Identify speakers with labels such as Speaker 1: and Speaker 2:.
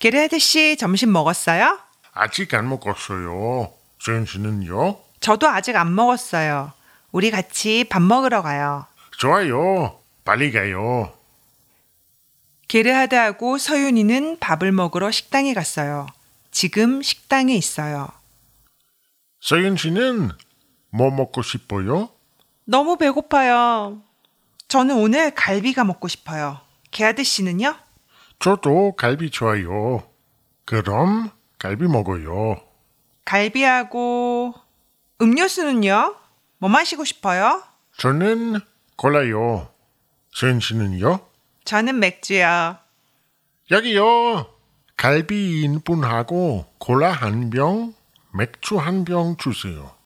Speaker 1: 게레드 씨 점심 먹었어요?
Speaker 2: 아직 안 먹었어요. 수현 씨는요?
Speaker 1: 저도 아직 안 먹었어요. 우리 같이 밥 먹으러 가요.
Speaker 2: 좋아요. 빨리 가요.
Speaker 1: 게르하드하고 서윤이는 밥을 먹으러 식당에 갔어요. 지금 식당에 있어요.
Speaker 2: 서윤 씨는 뭐 먹고 싶어요?
Speaker 1: 너무 배고파요. 저는 오늘 갈비가 먹고 싶어요. 게하드 씨는요?
Speaker 2: 저도 갈비 좋아요. 그럼 갈비 먹어요.
Speaker 1: 갈비하고 음료수는요? 뭐 마시고 싶어요?
Speaker 2: 저는 콜라요. 수현 씨는요?
Speaker 1: 저는 맥주요.
Speaker 2: 여기요. 갈비 인분하고 콜라 한 병, 맥주 한 병 주세요.